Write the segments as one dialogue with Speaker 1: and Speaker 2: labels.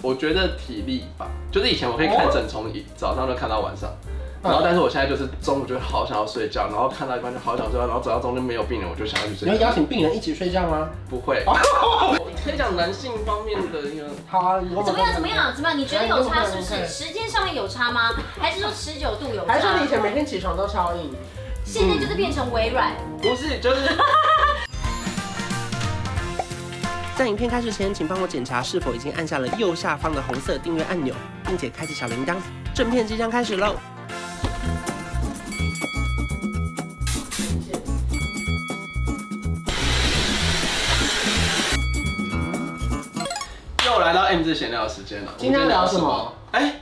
Speaker 1: 我觉得体力吧，就是以前我可以看整从一早上就看到晚上，然后但是我现在就是中午就好想要睡觉，然后看到一半就好想睡觉，然后只要中间没有病人我就想要去
Speaker 2: 你要
Speaker 1: 睡觉。
Speaker 2: 邀请病人一起睡觉吗？
Speaker 1: 不会，我可以讲男性方面的一个，
Speaker 2: 好啊，你
Speaker 3: 怎么样？怎么？样？怎么样？你觉得有差是不是？时间上面有差吗？还是说持久度有差
Speaker 2: 还？是你以前每天起床都超硬？
Speaker 3: 现在就是变成微软。
Speaker 1: 不是就是。
Speaker 2: 在影片开始前，请帮我检查是否已经按下了右下方的红色订阅按钮，并且开启小铃铛。正片即将开始喽！
Speaker 1: 又来到 M 字闲聊的时间了。
Speaker 2: 今天聊什么？
Speaker 1: 哎，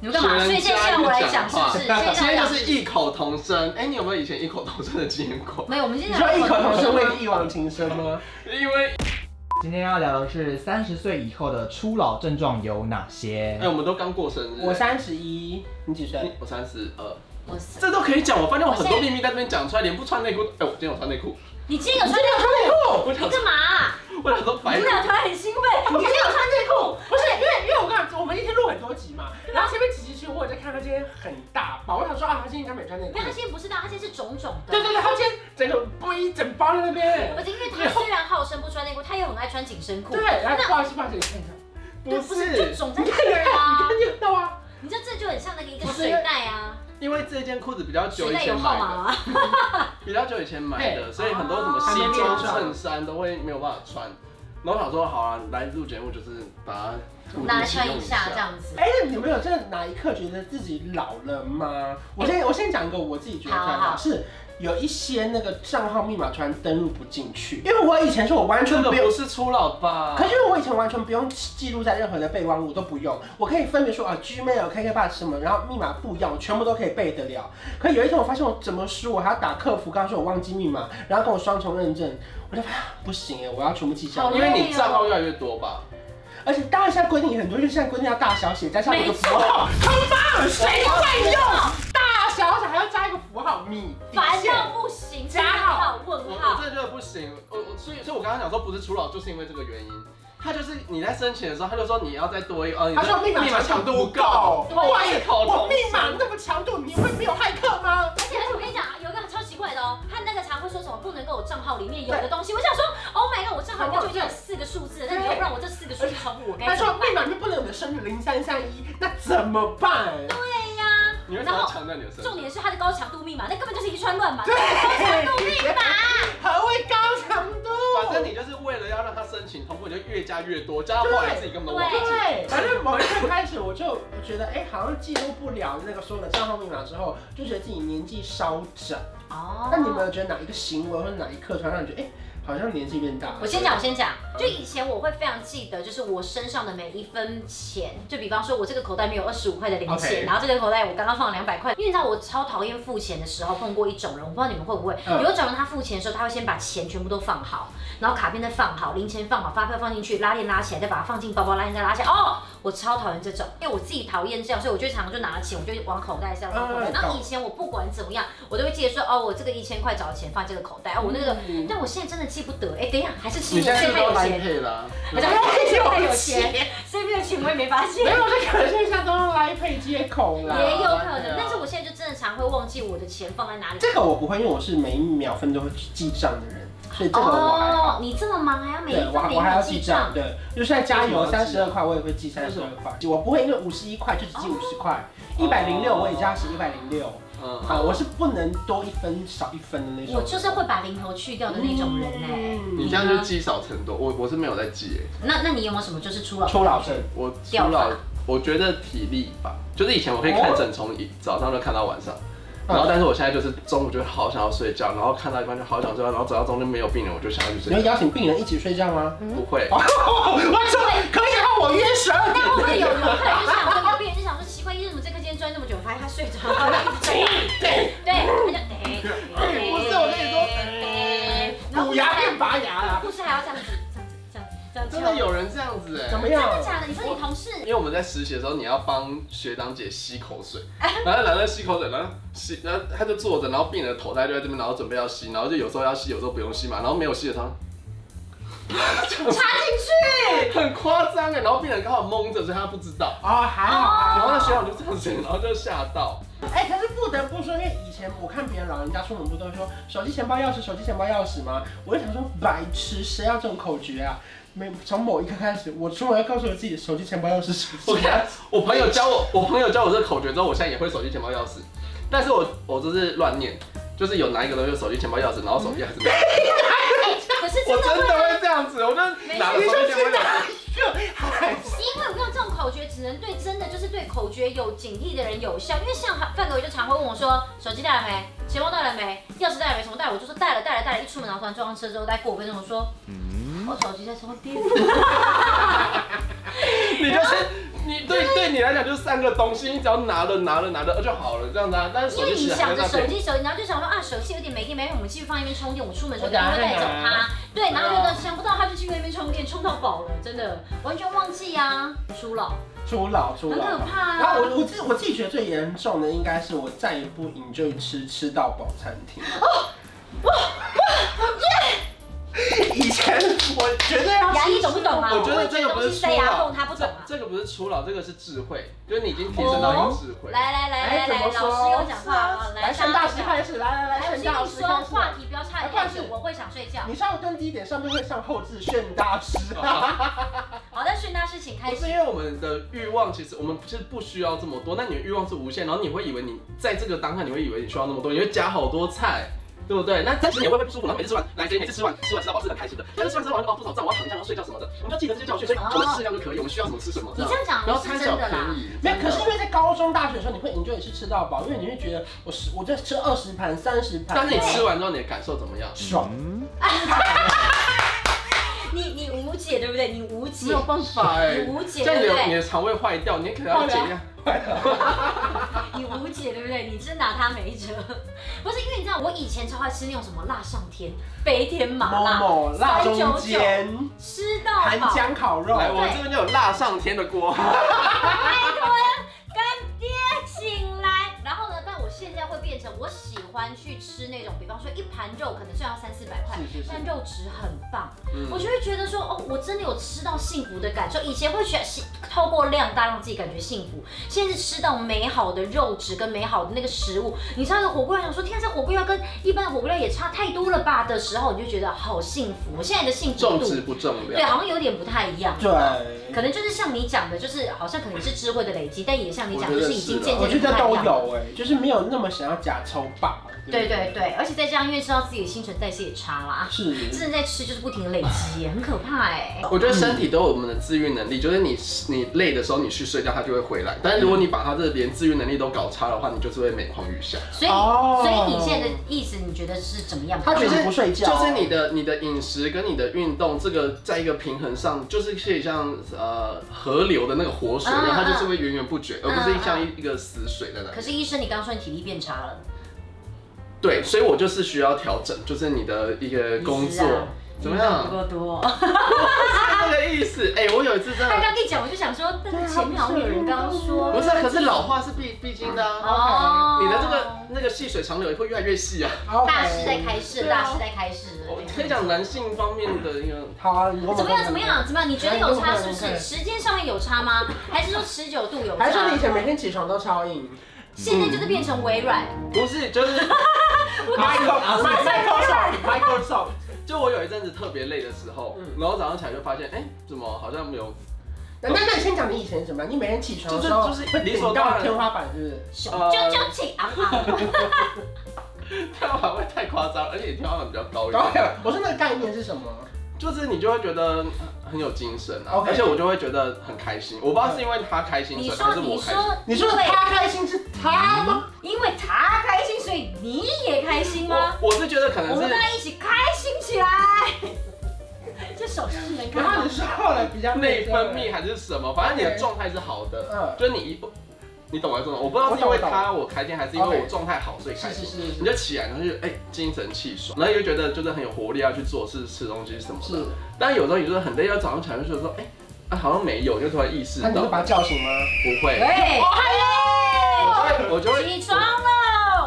Speaker 3: 你们干嘛？所以现在让我来讲是不
Speaker 1: 学人家
Speaker 3: 是？现在
Speaker 1: 不
Speaker 3: 让
Speaker 1: 讲话
Speaker 3: 我讲
Speaker 1: 今天就是异口同声。哎，你有没有以前异口同声的经验过？
Speaker 3: 没有，我们今
Speaker 2: 你
Speaker 3: 天
Speaker 2: 说
Speaker 3: 讲
Speaker 2: 异口同声会一往情深吗？
Speaker 1: 因为
Speaker 4: 今天要聊的是三十岁以后的初老症状有哪些
Speaker 1: 哎，？我们都刚过生日。
Speaker 2: 我三十一，你几岁？
Speaker 1: 我三十二，
Speaker 3: 我死
Speaker 1: 这都可以讲。我发现我很多秘密在这边讲出来，连不穿内裤。哎，我今天有穿内裤。
Speaker 3: 你今天有穿内
Speaker 1: 我
Speaker 3: 裤？
Speaker 1: 想
Speaker 3: 你，干嘛啊？
Speaker 1: 我想说
Speaker 3: 你
Speaker 1: 白
Speaker 3: 们。俩突然很兴奋。
Speaker 2: 你今天有穿内裤？不是，因为因为我刚才我们一天录很多集嘛，然后前面几集其实我有在看他今天很大包，我想说啊，他今天应该没穿内裤
Speaker 3: 没有，。他现在不是大，他现在是肿肿的
Speaker 2: 对。对对，他今天整个不一整包在那
Speaker 3: 而
Speaker 2: 边。
Speaker 3: 且因为他虽然号称不穿内裤，他也很爱穿紧身 裤。
Speaker 2: 对，啊然后不好意思，不好意思，你看看，
Speaker 3: 对，
Speaker 1: 不，
Speaker 3: 不是就是肿在这儿啊
Speaker 2: 你！看得到啊？
Speaker 3: 你知道这就很像那个一个
Speaker 1: 不是
Speaker 3: 水袋啊，
Speaker 1: 因为这件裤子比较久以
Speaker 3: 水袋
Speaker 1: 前
Speaker 3: 有号
Speaker 1: 买
Speaker 3: 码
Speaker 1: 的，
Speaker 3: 啊。
Speaker 1: 比较久以前买的，
Speaker 2: 对
Speaker 1: 所以很多什么西装、衬衫都会没有办法穿。然后我想说，好啊，来录节目就是把它固定
Speaker 3: 拿来
Speaker 1: 使
Speaker 3: 穿
Speaker 1: 用
Speaker 3: 一下这。样子。
Speaker 2: 哎，那你有没有真的哪一刻觉得自己老了吗？我先我先讲一个我自己觉得看
Speaker 3: 嗯好
Speaker 2: 法
Speaker 3: 好
Speaker 2: 是。有一些那个账号密码突然登录不进去，因为我以前是我完全
Speaker 1: 这个
Speaker 2: 不用
Speaker 1: 不是初老吧
Speaker 2: 可？是因为我以前完全不用记录在任何的备忘录，都不用，我可以分别说啊，Gmail、KKBox 什么，然后密码不一样，我全部都可以背得了。可有一天我发现我怎么输，我还要打客服，告诉我忘记密码，然后跟我双重认证，我就发现啊不行哎，我要全部记下
Speaker 3: 好
Speaker 2: 来。
Speaker 3: 哦
Speaker 1: 因为你账号越来越多吧？
Speaker 2: 而且当然现在规定也很多，就是现在规定要大小写加上一个符号，他妈谁会用大小写还要加一个符号？你底
Speaker 3: 烦
Speaker 2: 线
Speaker 3: 到不行，
Speaker 2: 加
Speaker 3: 加
Speaker 2: 号
Speaker 3: 号
Speaker 1: 我
Speaker 3: 问
Speaker 1: 我
Speaker 3: 号。
Speaker 1: 真的觉得不行，我我所以所以我刚刚讲说不是初老，就是因为这个原因。他就是你在申请的时候，他就说你要再多一个，呃，你的
Speaker 2: 他说密码
Speaker 1: 密码强度不够，
Speaker 2: 我
Speaker 1: 我一口
Speaker 2: 我
Speaker 1: 同
Speaker 2: 密码那么强度，你会没有骇客吗？
Speaker 3: 而且而且我跟你讲，啊有一个超奇怪的哦，他那个常会说什么不能够我账号里面有的东西，我想说，Oh my god，我账号里面就已经有四个数字了，那你又不让我这四个数字重复，我
Speaker 2: 他
Speaker 3: 该怎
Speaker 2: 说
Speaker 3: 么办
Speaker 2: 密？码就不能有你的生日零三三一，那怎么办？
Speaker 3: 对呀，
Speaker 1: 你为什
Speaker 3: 然
Speaker 1: 么要
Speaker 3: 后
Speaker 1: 强调你的身份？
Speaker 3: 重点是他的高强度密码，那根本就是一串乱码，
Speaker 2: 对，
Speaker 3: 密码。
Speaker 2: 何谓高强度？
Speaker 1: 反正你就是为了要让他申请通过，你就越加越多，加到后来自己根本都忘记。
Speaker 2: 对，反正某一天开始，我就觉得，哎、好像记录不了那个所有的账号密码之后，就觉得自己年纪稍长。
Speaker 3: 哦
Speaker 2: 那你有没有觉得哪一个行为或者哪一刻突然让你觉得，哎、好像年纪变大了？
Speaker 3: 我先讲，我先讲。就以前我会非常记得，就是我身上的每一分钱，就比方说我这个口袋没有二十五块的零钱
Speaker 2: OK
Speaker 3: 然后这个口袋我刚刚放了两百块。因为你知道我超讨厌付钱的时候，碰过一种人，我不知道你们会不会，
Speaker 2: 嗯
Speaker 3: 有一种人他付钱的时候，他会先把钱全部都放好，然后卡片再放好，零钱放好，发票放进去，拉链拉起来，再把它放进包包，拉链再拉起来。哦，我超讨厌这种，因为我自己讨厌这样，所以我就常常就拿了钱，我就往口袋塞，往口袋。
Speaker 2: 嗯
Speaker 3: 然后
Speaker 2: 懂
Speaker 3: 以前我不管怎么样，我都会记得说，哦，我这个一千块找的钱放这个口袋，哦，我那个
Speaker 2: 嗯
Speaker 3: 但我现在真的记不得，哎、等一下，还是
Speaker 1: 你
Speaker 3: 是
Speaker 1: 现在
Speaker 3: 我
Speaker 1: 是
Speaker 3: 身
Speaker 1: 不
Speaker 3: 边
Speaker 1: 是
Speaker 3: 有
Speaker 1: 都来
Speaker 3: 钱，
Speaker 1: 配了、
Speaker 3: 好像身边有 钱，身边有钱我也没发现，
Speaker 2: 没
Speaker 3: 也
Speaker 2: 有，这可能现在都用来配接口啦。
Speaker 3: 有可
Speaker 1: 对啊
Speaker 3: 能。但是我现在就真的常会忘记我的钱放在哪里。
Speaker 2: 这个我不会，因为我是每一秒分都会记账的人，所以这个我还好。
Speaker 3: 哦，你这么忙还要每一
Speaker 2: 啊对，我
Speaker 3: 分
Speaker 2: 还
Speaker 3: 每
Speaker 2: 我还要
Speaker 3: 秒
Speaker 2: 记
Speaker 3: 记
Speaker 2: 账，
Speaker 3: 账，
Speaker 2: 对，就是在加油
Speaker 1: 为什么要
Speaker 2: 三
Speaker 1: 记
Speaker 2: 十二块，我也会记三十二块，我不会因为五十一块就只
Speaker 3: 哦
Speaker 2: 记五十块，一百零六我也加十一百零六，
Speaker 1: 嗯，
Speaker 2: 啊，我是不能多一分少一分的那种。
Speaker 3: 我就是会把零头去掉的那种人哎、
Speaker 1: 你
Speaker 2: 嗯，
Speaker 1: 这样就积少成多。我我是没有在记、欸，
Speaker 3: 那那你有没有什么就是 初老？
Speaker 2: 初老症，
Speaker 1: 我初老
Speaker 3: 掉发，
Speaker 1: 我觉得体力吧，就是以前我可以看整从一早上就看到晚上。
Speaker 2: 嗯
Speaker 1: 然后，但是我现在就是中午就好想要睡觉，然后看到一半就好想睡觉，然后只要中间没有病人，我就想要去
Speaker 2: 你会
Speaker 1: 睡觉。
Speaker 2: 邀请病人一起睡觉吗？
Speaker 3: 嗯
Speaker 1: 不会，
Speaker 2: 哦我怎么可以让我约十二
Speaker 3: 但会不会有有客人就想说，有病人就想说奇怪，医生怎么这颗今天钻那么久，我发现他睡着了，对，他就哎，
Speaker 2: 不是我跟你
Speaker 3: 嗯然
Speaker 2: 说，
Speaker 3: 后
Speaker 2: 补牙变拔牙了，
Speaker 3: 护士还要这样子，这样子，这样子，这样子，
Speaker 1: 真的有人这样子哎、
Speaker 2: 怎么
Speaker 3: 真
Speaker 2: 样？
Speaker 3: 的假的？你说你同事
Speaker 1: 因为我们在实习的时候，你要帮学长姐吸口水，然后男生吸口水，然后吸，然后他就坐着，然后病人的头他就在这边，然后准备要吸，然后就有时候要吸，有时候不用吸嘛，然后没有吸的时候，
Speaker 3: 插进去，
Speaker 1: 很夸张哎，然后病人刚好蒙着，所以他不知道。
Speaker 2: 哦，还好啊。
Speaker 1: 然后那学长就这样子， 然后就吓到。
Speaker 2: 哎、可是不得不说，因为以前我看别人老人家出门不都说手机、钱包、钥匙、手机、钱包、钥匙吗？我就想说，白痴，谁要这种口诀啊？每从某一刻开始，我出门要告诉我自己手机、钱包、钥匙、手
Speaker 1: 我
Speaker 2: 机。
Speaker 1: 看我朋友教我，我朋友教我这个口诀之后，我现在也会手机、钱包、钥匙，但是我我这是乱念，就是有拿一个东西，手机、钱包、钥匙，然后手机还是 没有。
Speaker 3: 可是
Speaker 1: 我
Speaker 3: 真的
Speaker 1: 真
Speaker 3: 会
Speaker 1: 的会这样子，我就拿了手机、钱包、钥匙。
Speaker 3: 因为我用这种口诀，只能对真的就是对口诀有警惕的人有效。因为像范哥，我就常会问我说，手机带了没？钱包带了没？钥匙带了没？什么带了？我就说带了，带了，带了。一出门，然后突然撞上车之后，再过五分钟，我说，我手机在床边。
Speaker 1: 你就是你对对你来讲就是三个东西，你只要拿了拿了拿了就好了这样子啊。但是
Speaker 3: 因
Speaker 1: 手
Speaker 3: 为
Speaker 1: 机其
Speaker 3: 你
Speaker 1: 实还在
Speaker 3: 想着
Speaker 1: 那
Speaker 3: 手
Speaker 1: 边。
Speaker 3: 机手机，然后就想说啊，手机有点没电没电，我们继续放一边充电。我出门的时候
Speaker 2: 我
Speaker 3: 就
Speaker 2: 等下
Speaker 3: 会带
Speaker 2: 再
Speaker 3: 走
Speaker 2: 拿
Speaker 3: 它，对，然后有的想不到它就去那边充电，充到饱了，真的完全忘记啊，输了，
Speaker 2: 猪老猪
Speaker 3: 很可
Speaker 2: 老。
Speaker 3: 怕
Speaker 2: 然后
Speaker 3: 啊。
Speaker 2: 我我自我自己觉得最严重的应该是我再也不 enjoy 吃吃到饱餐 厅。以前我绝对要
Speaker 3: 牙医懂不懂啊？
Speaker 1: 我觉得这个不
Speaker 3: 东
Speaker 1: 是
Speaker 3: 西
Speaker 1: 初
Speaker 3: 塞牙缝，
Speaker 1: 老，
Speaker 3: 他不懂啊。
Speaker 1: 这这个不是初老，这个是智慧，就是你已经提升到一个智慧。
Speaker 3: 来来来来
Speaker 2: 哎怎
Speaker 3: 来，
Speaker 2: 么
Speaker 3: 老师
Speaker 2: 说
Speaker 3: 有讲话啊，
Speaker 2: 来
Speaker 3: 上
Speaker 2: 沈大师开始，来来来，
Speaker 3: 还
Speaker 2: 沈
Speaker 3: 是
Speaker 2: 大
Speaker 3: 你
Speaker 2: 师啊
Speaker 3: 说
Speaker 2: 开始。
Speaker 3: 话题不要岔得太
Speaker 2: 哎
Speaker 3: 远，我会想睡觉。
Speaker 2: 你稍微蹲低一点，上面会上后置炫大师。
Speaker 3: 好，那训大师请开
Speaker 1: 不是
Speaker 3: 始。
Speaker 1: 因为我们的欲望，其实我们是不需要这么多，但你的欲望是无限，然后你会以为你在这个当下，你会以为你需要那么多，你会加好多菜，对不对？那但是你会不会不舒服？然后每次吃完，来谁每次吃完吃完吃到饱是很开心的，但是吃完吃到饱就哦肚子好胀，我要躺一下然后睡觉什么的，我们就记得这些教训，所以我们适量就可以，我们需要什么吃什么，
Speaker 3: 你这样讲
Speaker 1: 不要
Speaker 3: 是
Speaker 1: 贪
Speaker 3: 真
Speaker 1: 小
Speaker 3: 的
Speaker 1: 便
Speaker 3: 啦。
Speaker 1: 宜。
Speaker 2: 没有，可是因为在高中、大学的时候，你会 enjoy 是吃到饱，因为你会觉得我十，我就吃二十盘、三十盘，
Speaker 1: 但是你吃完之后你的感受怎么样？
Speaker 2: 爽，
Speaker 3: 你你无解对不对？你无解
Speaker 1: 没，有办法哎、
Speaker 3: 你无解
Speaker 1: 这样你
Speaker 3: 对不
Speaker 1: 的
Speaker 3: 对
Speaker 1: 你的肠胃坏掉，你可能要减量。
Speaker 3: 你无解对不对？你真拿他没辙。不是因为你知道，我以前超爱吃那种什么辣上天、飞天麻
Speaker 2: 某
Speaker 3: 辣、
Speaker 2: 某辣中
Speaker 3: 399，
Speaker 2: 间，
Speaker 3: 吃到
Speaker 2: 韩
Speaker 3: 饱。
Speaker 2: 江烤肉，
Speaker 1: 来，我们这边就有辣上天的锅。
Speaker 3: 拜托呀，干爹醒来。然后呢，但我现在会变成我喜欢去吃那种，比方说一盘肉可能虽然要三四百块，
Speaker 2: 是是是
Speaker 3: 但肉质很棒，
Speaker 1: 嗯
Speaker 3: 我就会觉得说，哦，我真的有吃到幸福的感受。以前会选透过量大让自己感觉幸福，现在是吃到美好的肉质跟美好的那个食物。你吃到一个火锅料，想说天啊，这火锅料跟一般的火锅料也差太多了吧的时候，你就觉得好幸福。我现在的幸福
Speaker 1: 重
Speaker 3: 度
Speaker 1: 质，不重
Speaker 3: 对，
Speaker 1: 量。
Speaker 3: 好像有点不太一样。
Speaker 2: 对，
Speaker 3: 可能就是像你讲的，就是好像可能是智慧的累积，但也像你讲，
Speaker 1: 我
Speaker 3: 就
Speaker 1: 觉得
Speaker 3: 是已经
Speaker 1: 是
Speaker 3: 渐
Speaker 2: 我觉
Speaker 3: 渐不
Speaker 2: 得
Speaker 3: 太一
Speaker 2: 都
Speaker 3: 样。
Speaker 2: 有哎，就是没有那么想要假抽霸，
Speaker 3: 对对对，而且再加上因为知道自己的新陈代谢也差啦，
Speaker 2: 是，
Speaker 3: 真的在吃就是不停的累积耶，很可怕哎。
Speaker 1: 我觉得身体都有我们的自愈能力，就是你你累的时候你去睡觉，它就会回来。但是如
Speaker 3: 嗯
Speaker 1: 果你把它这连自愈能力都搞差的话，你就是会每况愈下。
Speaker 3: 所以，
Speaker 2: 哦
Speaker 3: 所以你现在的意思，你觉得是怎么样？
Speaker 2: 他觉得不睡觉，
Speaker 1: 就是你的你的饮食跟你的运动，这个在一个平衡上，就是可以像呃河流的那个活水一样，
Speaker 3: 嗯
Speaker 1: 它就
Speaker 3: 嗯
Speaker 1: 是会源源不绝，而不是像一一个死水在那
Speaker 3: 可
Speaker 1: 里。
Speaker 3: 是医生，你刚说你体力变差了，
Speaker 1: 对，所以我就是需要调整，就是你的一个工
Speaker 3: 饮食啊
Speaker 1: 作怎么
Speaker 3: 不
Speaker 1: 样？
Speaker 3: 够多。
Speaker 1: 是这个意思。哎，我有一次真
Speaker 3: 他
Speaker 1: 的。
Speaker 3: 刚一讲，我就想说，但是前面好像有人刚刚说
Speaker 1: 不是啊，可是老化是必必经的啊。
Speaker 3: 哦
Speaker 1: 你的这个那个细水长流也会越来越细啊。
Speaker 2: OK
Speaker 3: 大师在开示，
Speaker 1: 对啊
Speaker 3: 大师在开示。
Speaker 1: 我可以讲男性方面的一个，
Speaker 2: 好啊，我
Speaker 3: 怎么样？怎么？样？怎么样？你觉得有差是不
Speaker 2: 哎
Speaker 3: 是？
Speaker 2: 对
Speaker 3: 时间上面有差吗？还是说持久度有差？
Speaker 2: 还是说你以前每天起床都超硬
Speaker 3: 现在就是变成微软，
Speaker 1: 不是就是
Speaker 2: ，Michael Microsoft Microsoft，
Speaker 1: 就我有一阵子特别累的时候
Speaker 2: 嗯，
Speaker 1: 然后早上起来就发现，哎，怎么好像没有？
Speaker 2: 那那你先讲你以前怎么样？你每天起床的时候
Speaker 1: 就是就是
Speaker 2: 会顶到天花板，是不是？
Speaker 3: 熊
Speaker 1: 呃
Speaker 3: 赳赳气昂
Speaker 2: 呃
Speaker 3: 昂。
Speaker 1: 天花板会太夸张，而且天花板比较高一
Speaker 2: 然后
Speaker 1: 点，
Speaker 2: 我说那个概念是什么？
Speaker 1: 就是你就会觉得很有精神啊，
Speaker 2: OK
Speaker 1: 而且我就会觉得很开心。我不知道是因为他开心，
Speaker 3: 你
Speaker 1: 所以还
Speaker 3: 说，
Speaker 1: 是
Speaker 3: 你
Speaker 1: 我开心。
Speaker 3: 说，
Speaker 2: 你说的嗯他开心是他吗？
Speaker 3: 因为他开心，所以你也开心吗？
Speaker 1: 我我是觉得可
Speaker 3: 我
Speaker 1: 能
Speaker 3: 们
Speaker 1: 是
Speaker 3: 大家一起开心起来。这手势能看
Speaker 2: 然
Speaker 3: 吗
Speaker 2: 后你？是后来比较
Speaker 1: 内分泌，还是什么，反正你的状态是好的。
Speaker 2: 嗯，
Speaker 1: 就是你一不，你懂我在说什么？我不知道是因为他我开心，还是因为
Speaker 2: OK
Speaker 1: 我状态好所以开
Speaker 2: 是是
Speaker 1: 心。
Speaker 2: 是
Speaker 1: 你
Speaker 2: 是
Speaker 1: 就起来，然后就哎、精神气爽，然后你就觉得就是很有活力，要去做事、吃东西什么
Speaker 2: 是
Speaker 1: 的。，但有时候你就是很累，要早上起来就觉得说，哎、啊好像没有，就突然意识
Speaker 2: 那
Speaker 3: 哎
Speaker 1: 到
Speaker 2: 你会把他叫醒吗？
Speaker 1: 不会，
Speaker 2: 哦
Speaker 3: 喂，
Speaker 1: 我就会我就会
Speaker 3: 哎起床了！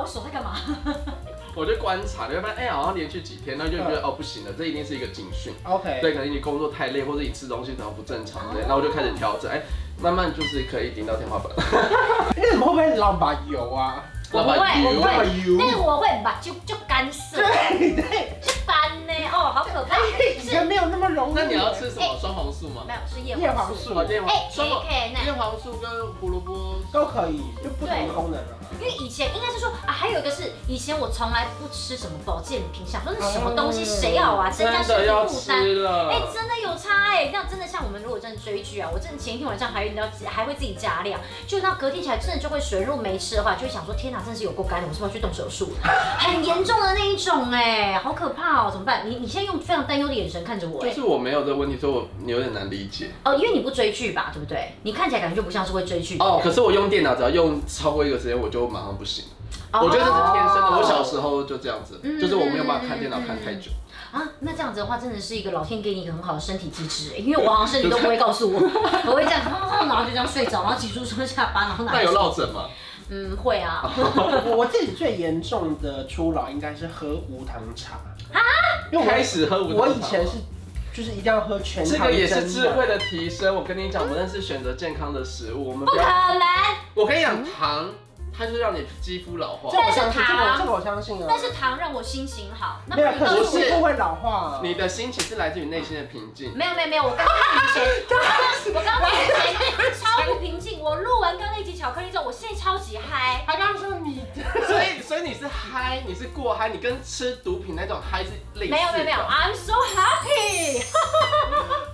Speaker 3: 我手在干嘛？
Speaker 1: 我我就观察，你会发现，哎、好像连续几天，那就觉得、哦不行了，这一定是一个警讯。
Speaker 2: OK，
Speaker 1: 对，可能你工作太累，或者你吃东西可能不正
Speaker 3: 哦
Speaker 1: 常之类的，那我就开始调整，哎、慢慢就是可以顶到天花板。
Speaker 2: 那你们会不会老把油啊？
Speaker 3: 我不会，我不
Speaker 1: 老板
Speaker 3: 会
Speaker 1: 油，
Speaker 2: 嗯
Speaker 3: 那个我会把就就干涩，
Speaker 2: 对对，
Speaker 3: 就干呢，哦，好可怕，
Speaker 2: 以
Speaker 3: 是
Speaker 2: 前没有那么容易。
Speaker 3: 哎
Speaker 1: 那你要吃什么？双黄素吗？
Speaker 3: 没有是叶
Speaker 2: 叶
Speaker 3: 黄
Speaker 2: 黄
Speaker 3: 素，
Speaker 2: 素
Speaker 1: 哦，叶黄
Speaker 3: 哎
Speaker 1: 双黄
Speaker 3: ，J.K. 那
Speaker 1: 叶黄素跟胡萝卜。
Speaker 2: 都可以，就不同的功能啊。
Speaker 3: 因为以前应该是说啊，还有一个是以前我从来不吃什么保健品，想说那什么东西谁要啊，增加
Speaker 1: 哦真
Speaker 3: 身
Speaker 1: 的要
Speaker 3: 体负担。
Speaker 1: 吃了
Speaker 3: 哎、，真的有差哎、那真的像我们如果真的追剧啊，我真的前一天晚上还要还会自己加量，就到隔天起来真的就会水如果没吃的话，就会想说天哪，真的是有够干的，我是不是要去动手术？ 很严重的那一种哎、好可怕哦、怎么办？你你现在用非常担忧的眼神看着我、
Speaker 1: 就
Speaker 3: 哎
Speaker 1: 是我没有这个问题，所以我有点难理解。
Speaker 3: 哦，因为你不追剧吧，对不对？你看起来感觉就不像是会追剧的
Speaker 1: 哦，
Speaker 3: 人
Speaker 1: 可是我用电脑只要用超过一个时间，我就马上不行。
Speaker 3: 哦
Speaker 1: 我觉得这是天生的，我小时候就这样子，
Speaker 3: 嗯
Speaker 1: 就是我没有办法看电脑看太久。
Speaker 3: 啊，那这样子的话，真的是一个老天给你一个很好的身体机制、欸因为我好像身体都 不会告诉我，我会这样，然后就这样睡着，然后挤出双下巴，然后拿
Speaker 1: 那有落枕吗？
Speaker 3: 嗯，会啊，
Speaker 2: 我我自己最严重的初老应该是喝无糖茶啊，因为
Speaker 1: 开
Speaker 2: 我
Speaker 1: 始喝无糖茶
Speaker 2: 我以前是就是一定要喝全
Speaker 1: 这
Speaker 2: 糖
Speaker 1: 个也是
Speaker 2: 真
Speaker 1: 智慧
Speaker 2: 的。
Speaker 1: 的提升。我跟你讲，我认识选择健康的食物，我们
Speaker 3: 不
Speaker 1: 不
Speaker 3: 可
Speaker 1: 要。
Speaker 3: 能。
Speaker 1: 我跟你讲，糖它就是让你肌肤老
Speaker 2: 这
Speaker 3: 嗯
Speaker 1: 化，
Speaker 2: 我相信，这个我这个我相信啊。
Speaker 3: 但是糖但是糖让我心情好，那
Speaker 2: 没有，可
Speaker 3: 不告
Speaker 2: 是
Speaker 3: 诉
Speaker 1: 不
Speaker 2: 皮
Speaker 1: 是
Speaker 2: 肤会老化。
Speaker 1: 你的心情是来自于内心的平静
Speaker 3: 我。没有没有没有，我 刚刚以前，我刚刚以前超不平静。我录完刚刚那集巧克力之后，我现在超级嗨。
Speaker 2: 他刚刚说你
Speaker 1: 所以，所以你是嗨，你是过嗨，你跟吃毒品那种嗨是类似的。
Speaker 3: 没有没有没有，I'm so happy。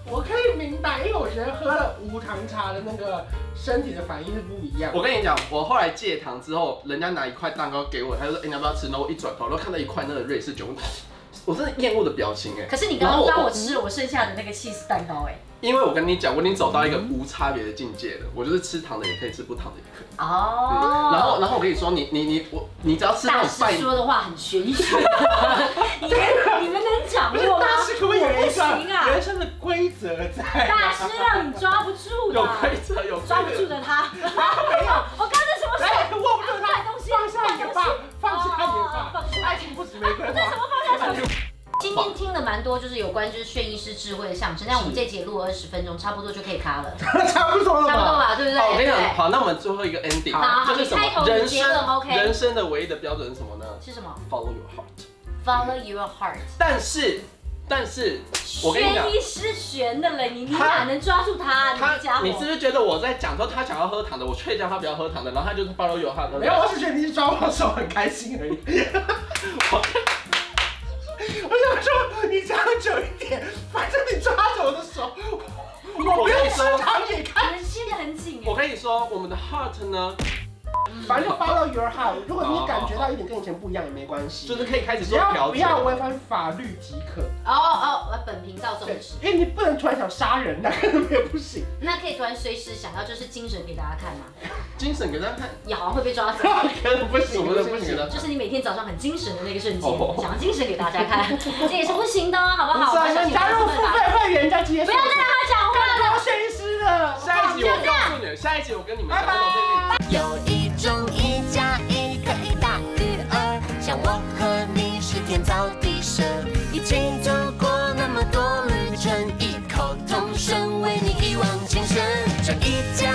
Speaker 2: 我可以明白，因为我觉得喝了无糖茶的那个身体的反应是不一样的。
Speaker 1: 我跟你讲，我后来戒糖之后，人家拿一块蛋糕给我，他就说：“哎、你要不要吃？”然后我一转头，然后看到一块那个瑞士酒，我 真的厌恶的表情哎。
Speaker 3: 可是你刚
Speaker 1: 然后
Speaker 3: 刚
Speaker 1: 我
Speaker 3: 帮我吃了我剩下的那个 cheese 蛋糕哎。
Speaker 1: 因为我跟你讲，我已经走到一个无差别的境界了，我就是吃糖的也可以吃，不糖的也可以。
Speaker 3: 哦。
Speaker 1: 然后，然后我跟你说，你你你我，你只要吃那
Speaker 3: 大
Speaker 1: 种
Speaker 3: 师
Speaker 1: 半
Speaker 3: 说的话很玄学，你们你们能掌握吗？
Speaker 2: 师可不可以有一
Speaker 3: 我不行啊
Speaker 2: 个人生的规则在？
Speaker 3: 大师让你 抓不住
Speaker 1: 有
Speaker 3: 的，
Speaker 1: 规则有规则
Speaker 3: 抓不住的他。没有，我刚刚在什么
Speaker 2: 来，
Speaker 3: 手？
Speaker 2: 握不住它，
Speaker 3: 坏东西，
Speaker 2: 放下你的
Speaker 3: 坏
Speaker 2: 吧
Speaker 3: 东西，
Speaker 2: 放下你的
Speaker 3: 哦放
Speaker 2: 吧
Speaker 3: 下。
Speaker 2: 爱情不止玫瑰花。
Speaker 3: 今天听了蛮多，就是有关就是炫医师智慧的象征，但我们这节录二十分钟，差不多就可以卡了， 差
Speaker 2: 差不多了
Speaker 3: 不多
Speaker 2: 吧？
Speaker 3: 吧，对不对？
Speaker 1: 好，我跟你
Speaker 3: 对
Speaker 1: 讲，好，那我们最后一个 ending，
Speaker 3: 好
Speaker 1: 就是什
Speaker 3: 你开头
Speaker 1: 么？
Speaker 3: 你的
Speaker 1: 人
Speaker 3: 结论
Speaker 1: 生
Speaker 3: OK
Speaker 1: 人生的唯一的标准是什么呢
Speaker 3: 是什么
Speaker 1: ？Follow your heart。
Speaker 3: ？Follow your heart。
Speaker 1: 但是，但是，我跟你讲
Speaker 3: 炫医师悬的嘞，你你
Speaker 1: 他
Speaker 3: 哪能抓住他？你这家
Speaker 1: 他，
Speaker 3: 伙，
Speaker 1: 你是不是觉得我在讲说他想要喝糖的，我劝降他不要喝糖的，然后他就是 follow your heart。
Speaker 2: 没有，我只觉得你是抓我手很开心而已。 我想说，你讲久一点，反正你抓着我的手，我不用吃糖也开。
Speaker 3: 你们牵得很紧
Speaker 1: 我
Speaker 3: 哎。
Speaker 1: 跟你说，我们的 heart 呢，
Speaker 2: 反正 follow your heart，如果你感觉到一点跟以前不一样也没关系，
Speaker 1: 哦就是可以开始
Speaker 2: 只
Speaker 1: 做
Speaker 2: 要
Speaker 1: 调
Speaker 2: 不要
Speaker 1: 整。
Speaker 2: 违反法律即可。
Speaker 3: 哦哦，我本频道重
Speaker 2: 对
Speaker 3: 视。，
Speaker 2: 因为你不能突然想杀人，那可能也 不行。
Speaker 3: 那可以突然随时想要就是精神给大家看嘛，
Speaker 1: 精神给大家看，
Speaker 3: 也好像会被抓走。
Speaker 1: 可能不行，我
Speaker 2: 我们
Speaker 1: 们
Speaker 2: 的
Speaker 1: 不
Speaker 2: 不
Speaker 1: 行
Speaker 2: 行
Speaker 1: 了。
Speaker 3: 就是你每天早上很精神的那个瞬间
Speaker 1: 哦，
Speaker 3: 想要精神给大家看，这也是不行的，好不好？
Speaker 1: 不是啊
Speaker 3: 我相信
Speaker 2: 加入
Speaker 3: 大家
Speaker 2: 付
Speaker 3: 都会
Speaker 2: 费会员再接
Speaker 3: 把
Speaker 2: 受
Speaker 3: 不要。再让他讲话了。
Speaker 2: 高炫师了，
Speaker 1: 下一集我告诉你，下一集我跟你们讲
Speaker 2: 拜拜
Speaker 1: 到这边。
Speaker 5: 有一种一加一可以大于二，像我和你是天造地设，一起走过那么多旅程，异口同声为你一往情深。这一加